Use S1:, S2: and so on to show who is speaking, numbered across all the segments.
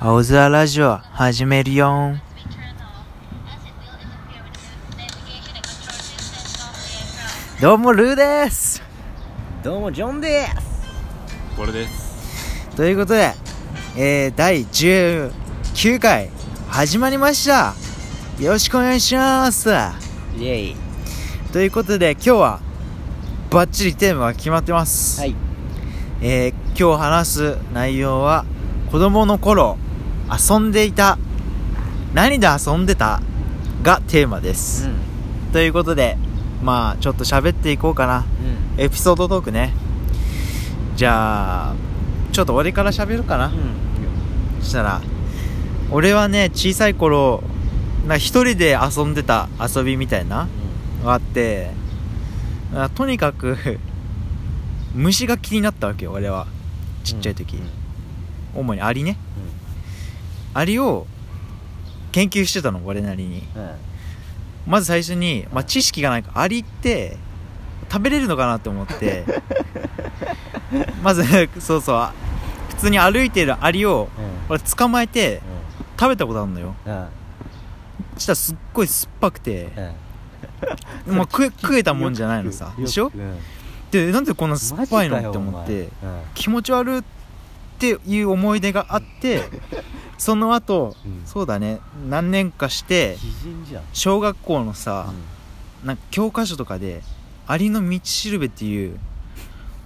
S1: 青空ラジオ始めるよ
S2: turn off as it will interfere with nav- navigation and control systems of the aircraft.
S1: どうもルーです
S3: どうもジョンです
S4: これです
S1: ということで、えー、第19回始まりましたよろしくお願いします
S3: イエイ
S1: ということで今日はバッチリテーマが決まってます、
S3: はい
S1: えー今日話す内容は子供の頃遊んでいた何で遊んでたがテーマです、ということでまあちょっと喋っていこうかな
S3: う
S1: エピソードトークねじゃあちょっと俺から喋るかな、
S3: んうん
S1: そしたら俺はね小さい頃なんか一人で遊んでた遊びみたいなのがあってあとにかく 虫が気になったわけよ俺はちっちゃい時、
S3: うん
S1: 主にアリね、アリを研究してたの俺なりに
S3: うん
S1: まず最初に、まあ、知識がないからアリって食べれるのかなって思って まずそうそうあ普通に歩いてるアリを俺捕まえて食べたことあるのよ
S3: うん
S1: そしたらすっごい酸っぱくて、
S3: う
S1: まあ、食え食えたもんじゃないのさでしょ
S3: うん
S1: でなんでこんな酸っぱいのって思って気持ち悪っていう思い出があってその後、
S3: うん
S1: そうだね何年かして
S3: 基人じゃん
S1: 小学校のさ、なんか教科書とかで「アリの道しるべ」っていう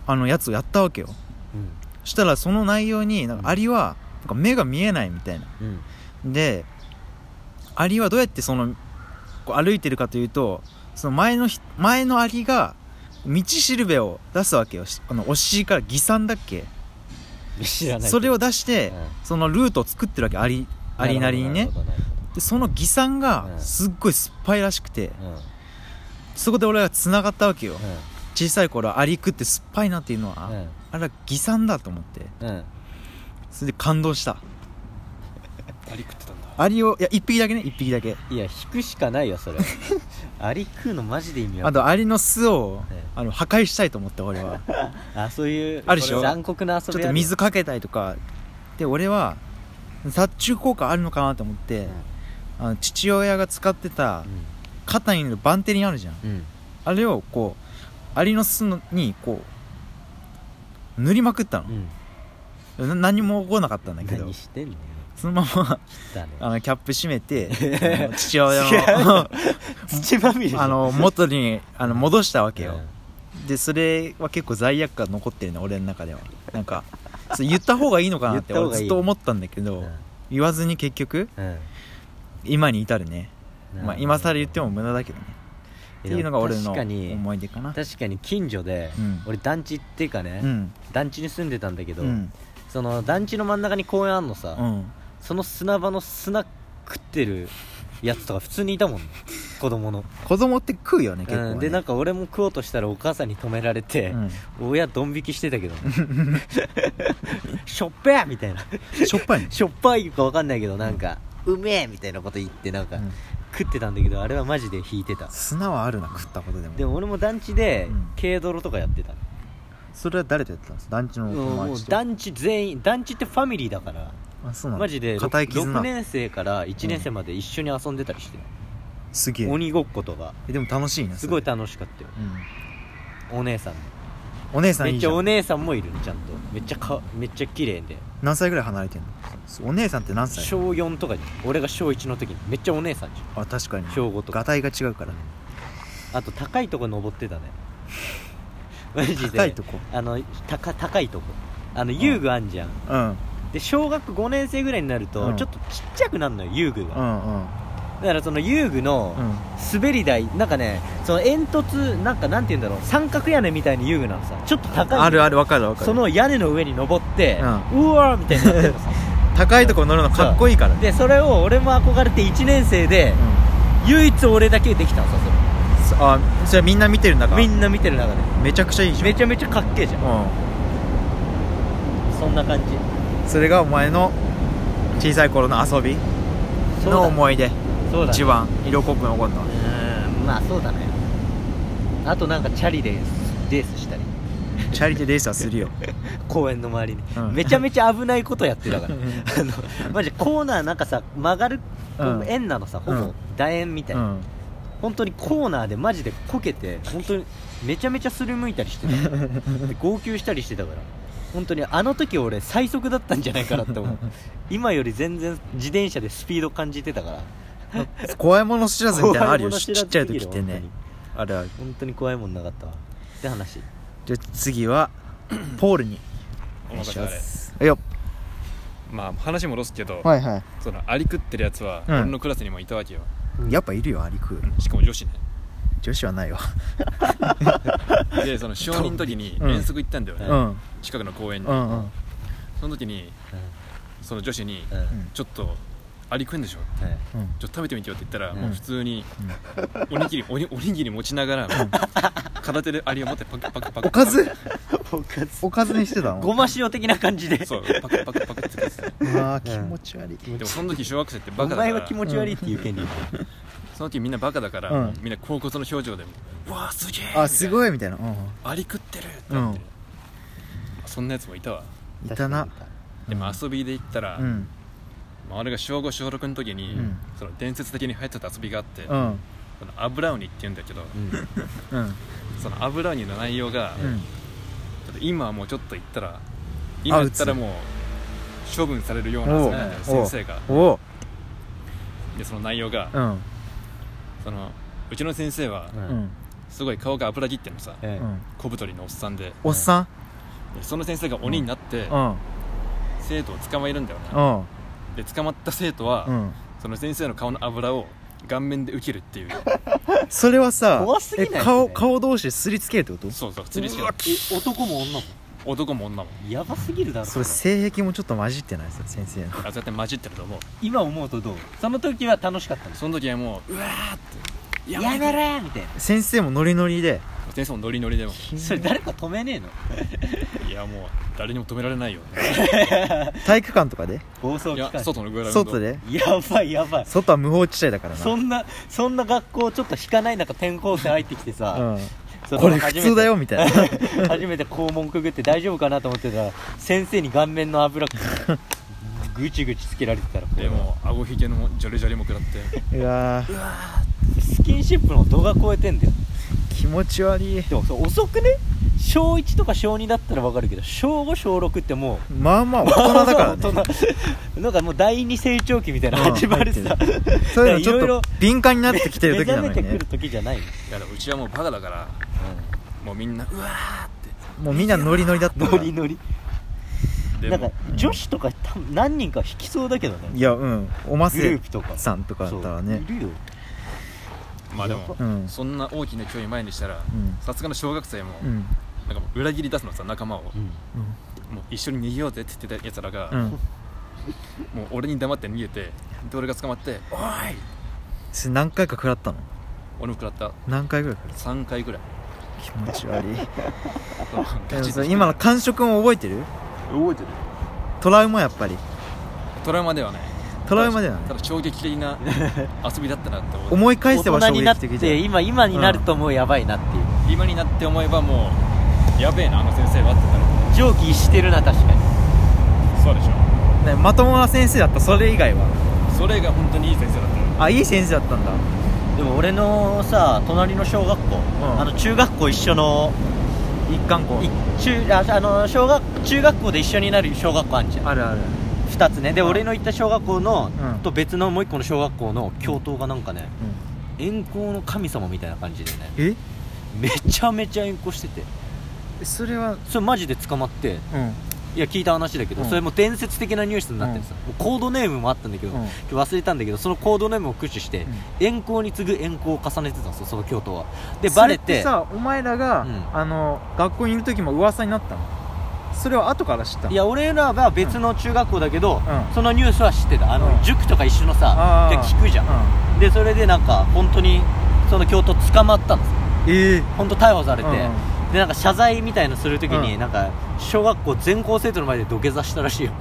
S1: あのやつをやったわけよそしたらその内容になんかアリはなんか目が見えないみたいな
S3: うんうん
S1: でアリはどうやってそのこう歩いてるかというとその前のひ前のアリが道しるべを出すわけよしあのお尻から偽算だっけ
S3: 知らない
S1: それを出して、
S3: うん
S1: そのルートを作ってるわけアリアリなりにねでその偽算
S3: う
S1: が
S3: ん
S1: すっごい酸っぱいらしくて、
S3: うんうん
S1: そこで俺は繋がったわけよ、小さい頃アリ食って酸っぱいなっていうのは、
S3: うん
S1: あれは偽酸だと思って
S3: うん
S1: それで感動した
S4: あり食ってたんだ
S1: アリをいや1匹だけね1匹だけ
S3: いや引くしかないよそれアリ食うのマジで意味わ
S1: あ
S3: かん
S1: とアリの巣を、
S3: ええ
S1: あの破壊したいと思って俺は
S3: あ そういう
S1: あるでしょ
S3: 残酷な遊
S1: ちょ
S3: び
S1: っ
S3: あ
S1: と
S3: る
S1: 水かけたりとかで俺は殺虫効果あるのかなと思って、あの父親が使ってた肩にいるバンテリンあるじゃん
S3: うんうん
S1: あれをこうアリの巣のにこう塗りまくった
S3: う
S1: の、
S3: ん
S1: な何も起こらなかったんだけど
S3: 何してんのよ
S1: そのまま
S3: だね
S1: あのキャップ閉め てあの父親の
S3: 土まみれじゃん
S1: あの元にあの戻したわけ
S3: う
S1: よ
S3: ん、
S1: でそれは結構罪悪感残ってるね俺の中ではなんかそう言った方がいいのかなって
S3: 言った方
S1: 俺
S3: がいい
S1: ずっと思ったんだけど言わずに結局
S3: うん
S1: 今に至るね、
S3: うん
S1: まあ、今更言っても無駄だけどねっていうのが俺の
S3: 確かに
S1: 思い出かな
S3: 確かに近所で、
S1: うん
S3: 俺団地っていうかね、
S1: うん
S3: 団地に住んでたんだけど、
S1: うん
S3: その団地の真ん中に公園あんのさ、
S1: うん
S3: その砂場の砂食ってるやつとか普通にい たもん、ね、子供の、
S1: 子供って食うよね結構ね、
S3: うん、でなんか俺も食おうとしたらお母さんに止められて、親ドン引きしてたけどね しょっぺーみたいな
S1: うん、しょっぱいね、
S3: しょっぱいかわかんないけどなんか、うめえみたいなこと言ってなんか、
S1: うん
S3: 食ってたんだけどあれはマジで引いてた
S1: 砂はあるな食ったことでも
S3: でも俺も団地で
S1: うん
S3: 軽泥とかやってた、
S1: それは誰とやってたんです団地の
S3: もう
S1: 友
S3: もう
S1: 達と
S3: 団地全員団地ってファミリーだから
S1: あそうなんだ
S3: マジで
S1: 固い
S3: 6,
S1: 絆
S3: 年生から1年生まで一緒に遊んでたりして、
S1: すげえ
S3: 鬼ごっことか
S1: えでも楽しいな
S3: すごい
S1: それ
S3: 楽しかったよ
S1: うん
S3: お姉さん
S1: お姉さん
S3: め
S1: い
S3: っ
S1: い
S3: ち
S1: じゃ
S3: ゃ
S1: ん
S3: お姉さんもいるちゃんとめっちゃかめっちゃ綺麗で
S1: 何歳ぐらい離れてんのお姉さんって何歳
S3: 小4とかに俺が小1の時にめっちゃお姉さんじゃ
S1: あ確かに
S3: 小五とか
S1: がたいが違うから
S3: んあと高いとこ登 ってたねマジで
S1: 高いとこ
S3: あの高高いとこあの遊具あんじゃん、
S1: うんうん
S3: で小学5年生ぐらいになると、
S1: うん
S3: ちょっとちっちゃくなるのよ遊具
S1: う
S3: が、
S1: んうん
S3: だからその遊具の、
S1: うん
S3: 滑り台なんかねその煙突なんかなんて言うんだろう三角屋根みたいに遊具なのさちょっと高い
S1: あるあるわかるわかる
S3: その屋根の上に登って、
S1: う
S3: うんわーみたいになってるの さ
S1: 高いとこ乗るのかっこいいからね
S3: でそれを俺も憧れて1年生で
S1: うん
S3: 唯一俺だけできたのさそ
S1: そあそれみんな見てるんだから
S3: れみんな見てる中で
S1: めちゃくちゃいいじゃん
S3: めちゃめちゃかっけえじゃん
S1: う
S3: そんな感じ
S1: んそれがお前の小さい頃の遊び
S3: そうだ
S1: の思い出
S3: そうだ
S1: 一
S3: ね
S1: 番色濃く残るのは
S3: うーんまあそうだねあとなんかチャリでレースしたり
S1: チャリでレースはする よ
S3: 公園の周りに、
S1: うん
S3: めちゃめちゃ危ないことやっ てたから
S1: うん
S3: あのマジコーナーなんかさ曲がる、
S1: うん
S3: 円なのさほ
S1: う
S3: ぼ
S1: ん
S3: 楕円みたいうな、
S1: ん
S3: 本当にコーナーでマジでこけて本当にめちゃめちゃすりむいたりし てたで号泣したりしてたから本当にあの時俺最速だったんじゃないかなって 思う今より全然自転車でスピード感じてたから
S1: 怖いもの知らずみたいなのあるよ
S3: 怖いもの
S1: ち
S3: 知
S1: っ
S3: らず
S1: ちゃい時ってね
S3: すぎる
S1: あるある
S3: 本当に怖いもんなかったわって話
S1: じゃあ次はポールに
S4: お任せあれ
S1: はいよ
S4: まあ話戻すけど、
S1: はいは
S4: そのアリ食ってるやつは
S1: うん
S4: 俺のクラスにもいたわけよ、
S1: いやっぱいるよアリク
S4: しかも女子ね
S1: 女子はないわ
S4: でその小認の時に
S1: うん
S4: 遠足行ったんだよ
S1: う
S4: ね、
S1: んうん
S4: 近くの公園に、
S1: うんうん
S4: その時にその女子に、
S3: うんうん
S4: ちょっとアリ食えんでしょ
S3: はい
S4: ちょっと食べてみてよって言ったら、
S3: うん
S4: もう普通におにぎりおにおにぎり持ちながら、片手でアリを持ってパクパクパク
S1: おかず
S3: おかず
S1: おかずにしてた
S3: ご
S1: の
S3: ま塩的な感じで
S4: そうパクパクパクってやってた
S1: うわー気持ち悪い
S4: でもその時小学生って
S3: お
S4: バカだか
S3: 前
S4: ら
S3: は気持ち悪いっていう権利
S4: その時みんなバカだから、
S1: うん
S4: みんな高骨の表情で「うわあすげえ!」
S1: あすご
S4: い
S1: いみたいなう
S4: アリ食ってるってなってる、そんなやつもいたわ
S1: んいたな
S4: でも遊びで行ったら、
S1: うん
S4: まあ、俺が小5小6の時に、
S1: うん
S4: その伝説的に流行ってた遊びがあって、
S1: うん
S4: その油鬼って言うんだけど、
S3: うん
S1: うん
S4: その油鬼の内容が、
S1: うん
S4: ちょっと今はもうちょっと言ったら今言ったらもう処分されるような遊びなんだよ
S1: おう
S4: 先生が
S1: おう
S4: でその内容が、
S1: うん
S4: そのうちの先生は、
S3: う
S1: うんん
S4: すごい顔が油切ってんのさ、
S3: う
S1: うんん
S4: 小太りのおっさんで
S1: おっさん
S4: でその先生が鬼になって、
S1: うん
S4: 生徒を捕まえるんだよ
S1: う
S4: な、
S1: ん
S4: で捕まった生徒は、
S1: うん
S4: その先生の顔の油を顔面で受けるっていう
S1: それはさ
S3: 怖すぎない
S1: え顔顔同士ですりつけるってこと
S4: そうそう釣りして
S3: え男も女も
S4: 男も女も
S3: やばすぎるだろ
S1: それ性癖もちょっと混じってないですか先生の
S4: あ絶対混じってると思う
S3: 今思うとどうその時は楽しかったんです
S4: その時はもううわーって
S3: や
S4: ばい
S3: めれみたいな
S1: 先生もノリノリで
S4: 先生もノリノリでも
S3: それ誰か止めねえの
S4: いやもう誰にも止められないよ
S1: 体育館とかで
S3: 暴走
S4: い
S3: 期
S4: や
S3: 間
S4: 外のグラウンド
S1: 外で
S3: やばいやばい
S1: 外は無法地帯だからな
S3: そんなそんな学校ちょっと引かない中転校生入ってきてさ、
S1: う
S3: そ
S1: ん、
S3: の
S1: これ普通だよみたいな
S3: 初めて校門くぐって大丈夫かなと思ってたら先生に顔面の油 ぐちぐちつけられてたら
S4: でもう顎ひげのジョリジョリも食らって
S1: うわー
S3: スキンシップの度が超えてんだよ
S1: 気持ち悪い
S3: でもそれ遅くね小1とか小2だったら分かるけど小5小6ってもう
S1: まあまあ大人だからね
S3: 大人なんかもう第二成長期みたいな
S1: うん
S3: 始まるさ、
S1: 入 そういうのちょ
S3: い
S1: っ
S3: ろいろ
S1: と敏感になってきてる時
S3: 目
S1: なの
S3: 覚めて
S1: に
S3: く
S1: ね
S3: る時じゃないの、
S4: いやでもうちはもうバカだからもうみんなうわーっ
S1: もうみんなノリノリだったから
S3: ノリノリ
S4: て
S3: な
S4: で
S3: んか
S4: も
S3: 女子とか多分何人か引きそうだけどね
S1: いやうんおま
S3: グル
S1: せ
S3: ープとか
S1: さんとかだったらね
S3: そういるよ
S4: まあで
S3: や
S4: も
S1: う、ん
S4: そんな大きな距離前にしたら
S1: ん
S4: さすがの小学生も、
S1: うん
S4: なんかもう裏切り出すのさ仲間を、
S3: うん
S4: もう一緒に逃げようぜって言ってたやつらが、
S1: うん
S4: もう俺に黙って逃げてで俺が捕まって「おい!
S1: それ何回か食らったの」
S4: 俺も食らった
S1: 何回ぐらい食らっ
S4: 3回ぐらい
S1: た気持ち悪い
S4: その
S1: で
S4: ガ
S1: も
S4: チ
S1: そ
S4: で
S1: れ今の感触も覚えてる
S4: 覚えてる
S1: トラウマやっぱり
S4: トラウマではない
S1: トラウマではない
S4: ただ衝撃的 な遊びだったなって思う
S1: 思い返
S3: 大
S1: せば
S3: 人
S1: 衝
S3: になっ
S1: 撃
S3: て
S1: 的じゃん
S3: 今今になるともうやばいなっていう、
S4: 今になって思えばもうやべえなあの先生はってな
S3: 上記してるな確かに
S4: るそうでしょ
S1: ねまともな先生だったそれ以外は
S4: それが本当にいい先生だったよ
S1: あいい先生だったんだ
S3: でも俺のさ隣の小学校、
S1: ん
S3: あの中学校一緒の
S1: 一貫校
S3: い中ああの小学中学校で一緒になる小学校あんじゃん
S1: あるある
S3: 2つねで俺の行った小学校の、
S1: うん
S3: と別のもう1個の小学校の教頭がなんかね遠行の神様みたいな感じでね
S1: え
S3: めちゃめちゃ遠行してて
S1: それは
S3: それマジで捕まって
S1: うん
S3: いや聞いた話だけど、
S1: うん
S3: それも伝説的なニュースになってるさ、もうコードネームもあったんだけど、
S1: うん
S3: 今日忘れたんだけどそのコードネームを駆使して、
S1: ん
S3: 遠行に次ぐ遠行を重ねてたんですよその教頭はでバ
S1: それ
S3: レ
S1: っててさお前らが、
S3: うん
S1: あの学校にいる時も噂になったのそれは後から知ったの
S3: いや俺らは別の中学校だけど、
S1: うん
S3: そのニュースは知ってたあの、
S1: うん
S3: 塾とか一緒のさ
S1: あ
S3: で
S1: ー
S3: 聞くじゃん、
S1: う
S3: でそれでなんか本当にその教頭捕まったんですよ
S1: んええ
S3: 本当逮捕されて、
S1: うんうん
S3: でなんか謝罪みたいのするときに、
S1: うん
S3: なんか小学校全校生徒の前で土下座したらし いよ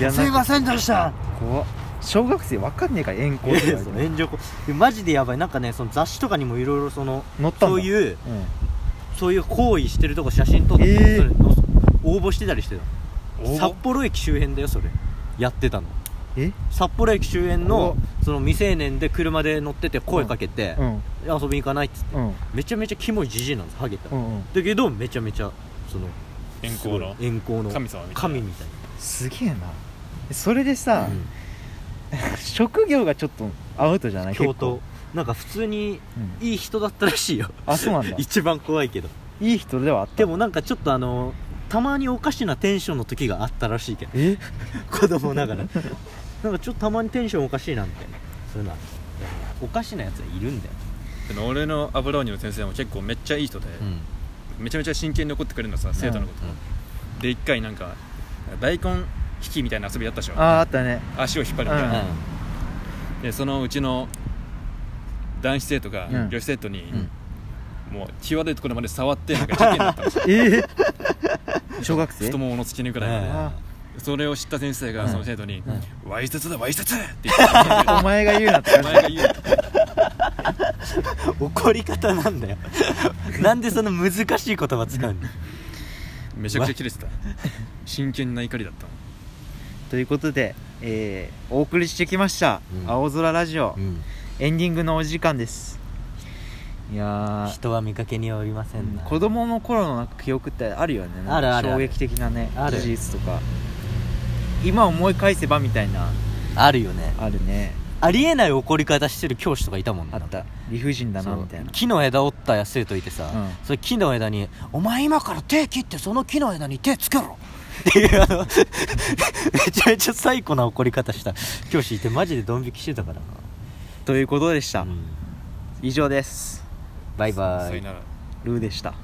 S1: いやなんか
S3: せ んでした
S1: 怖っ小学生わかんねえから遠行って言われても
S3: 炎上こマジでやばいなんかねその雑誌とかにもいろいろその
S1: 乗ったんだ
S3: そうい
S1: う
S3: う
S1: ん
S3: そういう行為してるとこ写真撮って、
S1: えー
S3: それの応募してたりしてた
S4: 応募
S3: の札幌駅周辺だよそれやってたの
S1: え
S3: 札幌駅周辺の
S1: お
S3: その未成年で車で乗ってて声かけて、
S1: うん
S3: 遊びに行かないっつって、
S1: うん
S3: めちゃめちゃキモいじじいなんですハゲた、
S1: うんうん
S3: だけどめちゃめちゃその
S4: 遠
S3: す
S4: 行
S3: ごい
S4: の
S3: 遠行の
S4: 神様みたいな
S3: 神みたい
S1: すげえなそれでさ
S3: な、、
S1: 職業がちょっとアウトじゃない
S3: 教
S1: 結構
S3: 頭なんか普通に
S1: うん
S3: いい人だったらしいよ
S1: あそうなんだ
S3: 一番怖いけど
S1: いい人ではあった
S3: でもなんかちょっとあのたまにおかしなテンションの時があったらしいけど
S1: え
S3: 子供ながらなんかちょっとたまにテンションおかしいなみたいなそういうのあっておかしなやつはいるんだよ、
S4: でも俺の油鬼の先生も結構めっちゃいい人で、
S3: うん
S4: めちゃめちゃ真剣に怒ってくれるのさ生徒のこと、で一回なんか大根引きみたいな遊びやったでしょ
S1: あああったね
S4: 足を引っ張るみたいな、でそのうちの男子生徒が
S1: うん
S4: 女子生徒に、
S3: ん
S4: もう際どいところまで触ってなんか事件だっ たの
S1: ええ小学生
S4: 太ももの付け根くらいまで、
S3: うん
S1: あ
S4: それを知った先生
S3: う
S4: が
S3: ん
S4: その生徒に「
S3: う
S4: わいせつだわいせつ!」って 言って
S1: ーお前が言うなって
S4: お前が言うな
S3: うん怒り方なんだよなんでその難しい言葉使うの
S4: めちゃくちゃキレてた真剣な怒りだったの
S1: ということで、えーお送りしてきました「
S3: うん
S1: 青空ラジオ」
S3: ん
S1: エンディングのお時間ですいやー
S3: 人は見かけによりませんな
S1: 子供の頃のなんか記憶ってあるよねなんか
S3: あるある
S1: 衝撃的なね
S3: ある
S1: 事実とか今思い返せばみたいな
S3: あるよね
S1: あるね
S3: ありえない怒り方してる教師とかいたもんね
S1: あった理不尽だなみたい
S3: そう
S1: な
S3: 木の枝折ったや生徒いてさ、
S1: うん
S3: それ木の枝に「お前今から手切ってその木の枝に手つけろ」っていうあの めちゃめちゃ最高な怒り方した教師いてマジでドン引きしてたから
S1: ということでした、
S3: な、うん
S1: 以上です
S3: バイバ
S4: さ
S3: イ
S4: よなら
S1: ルーでした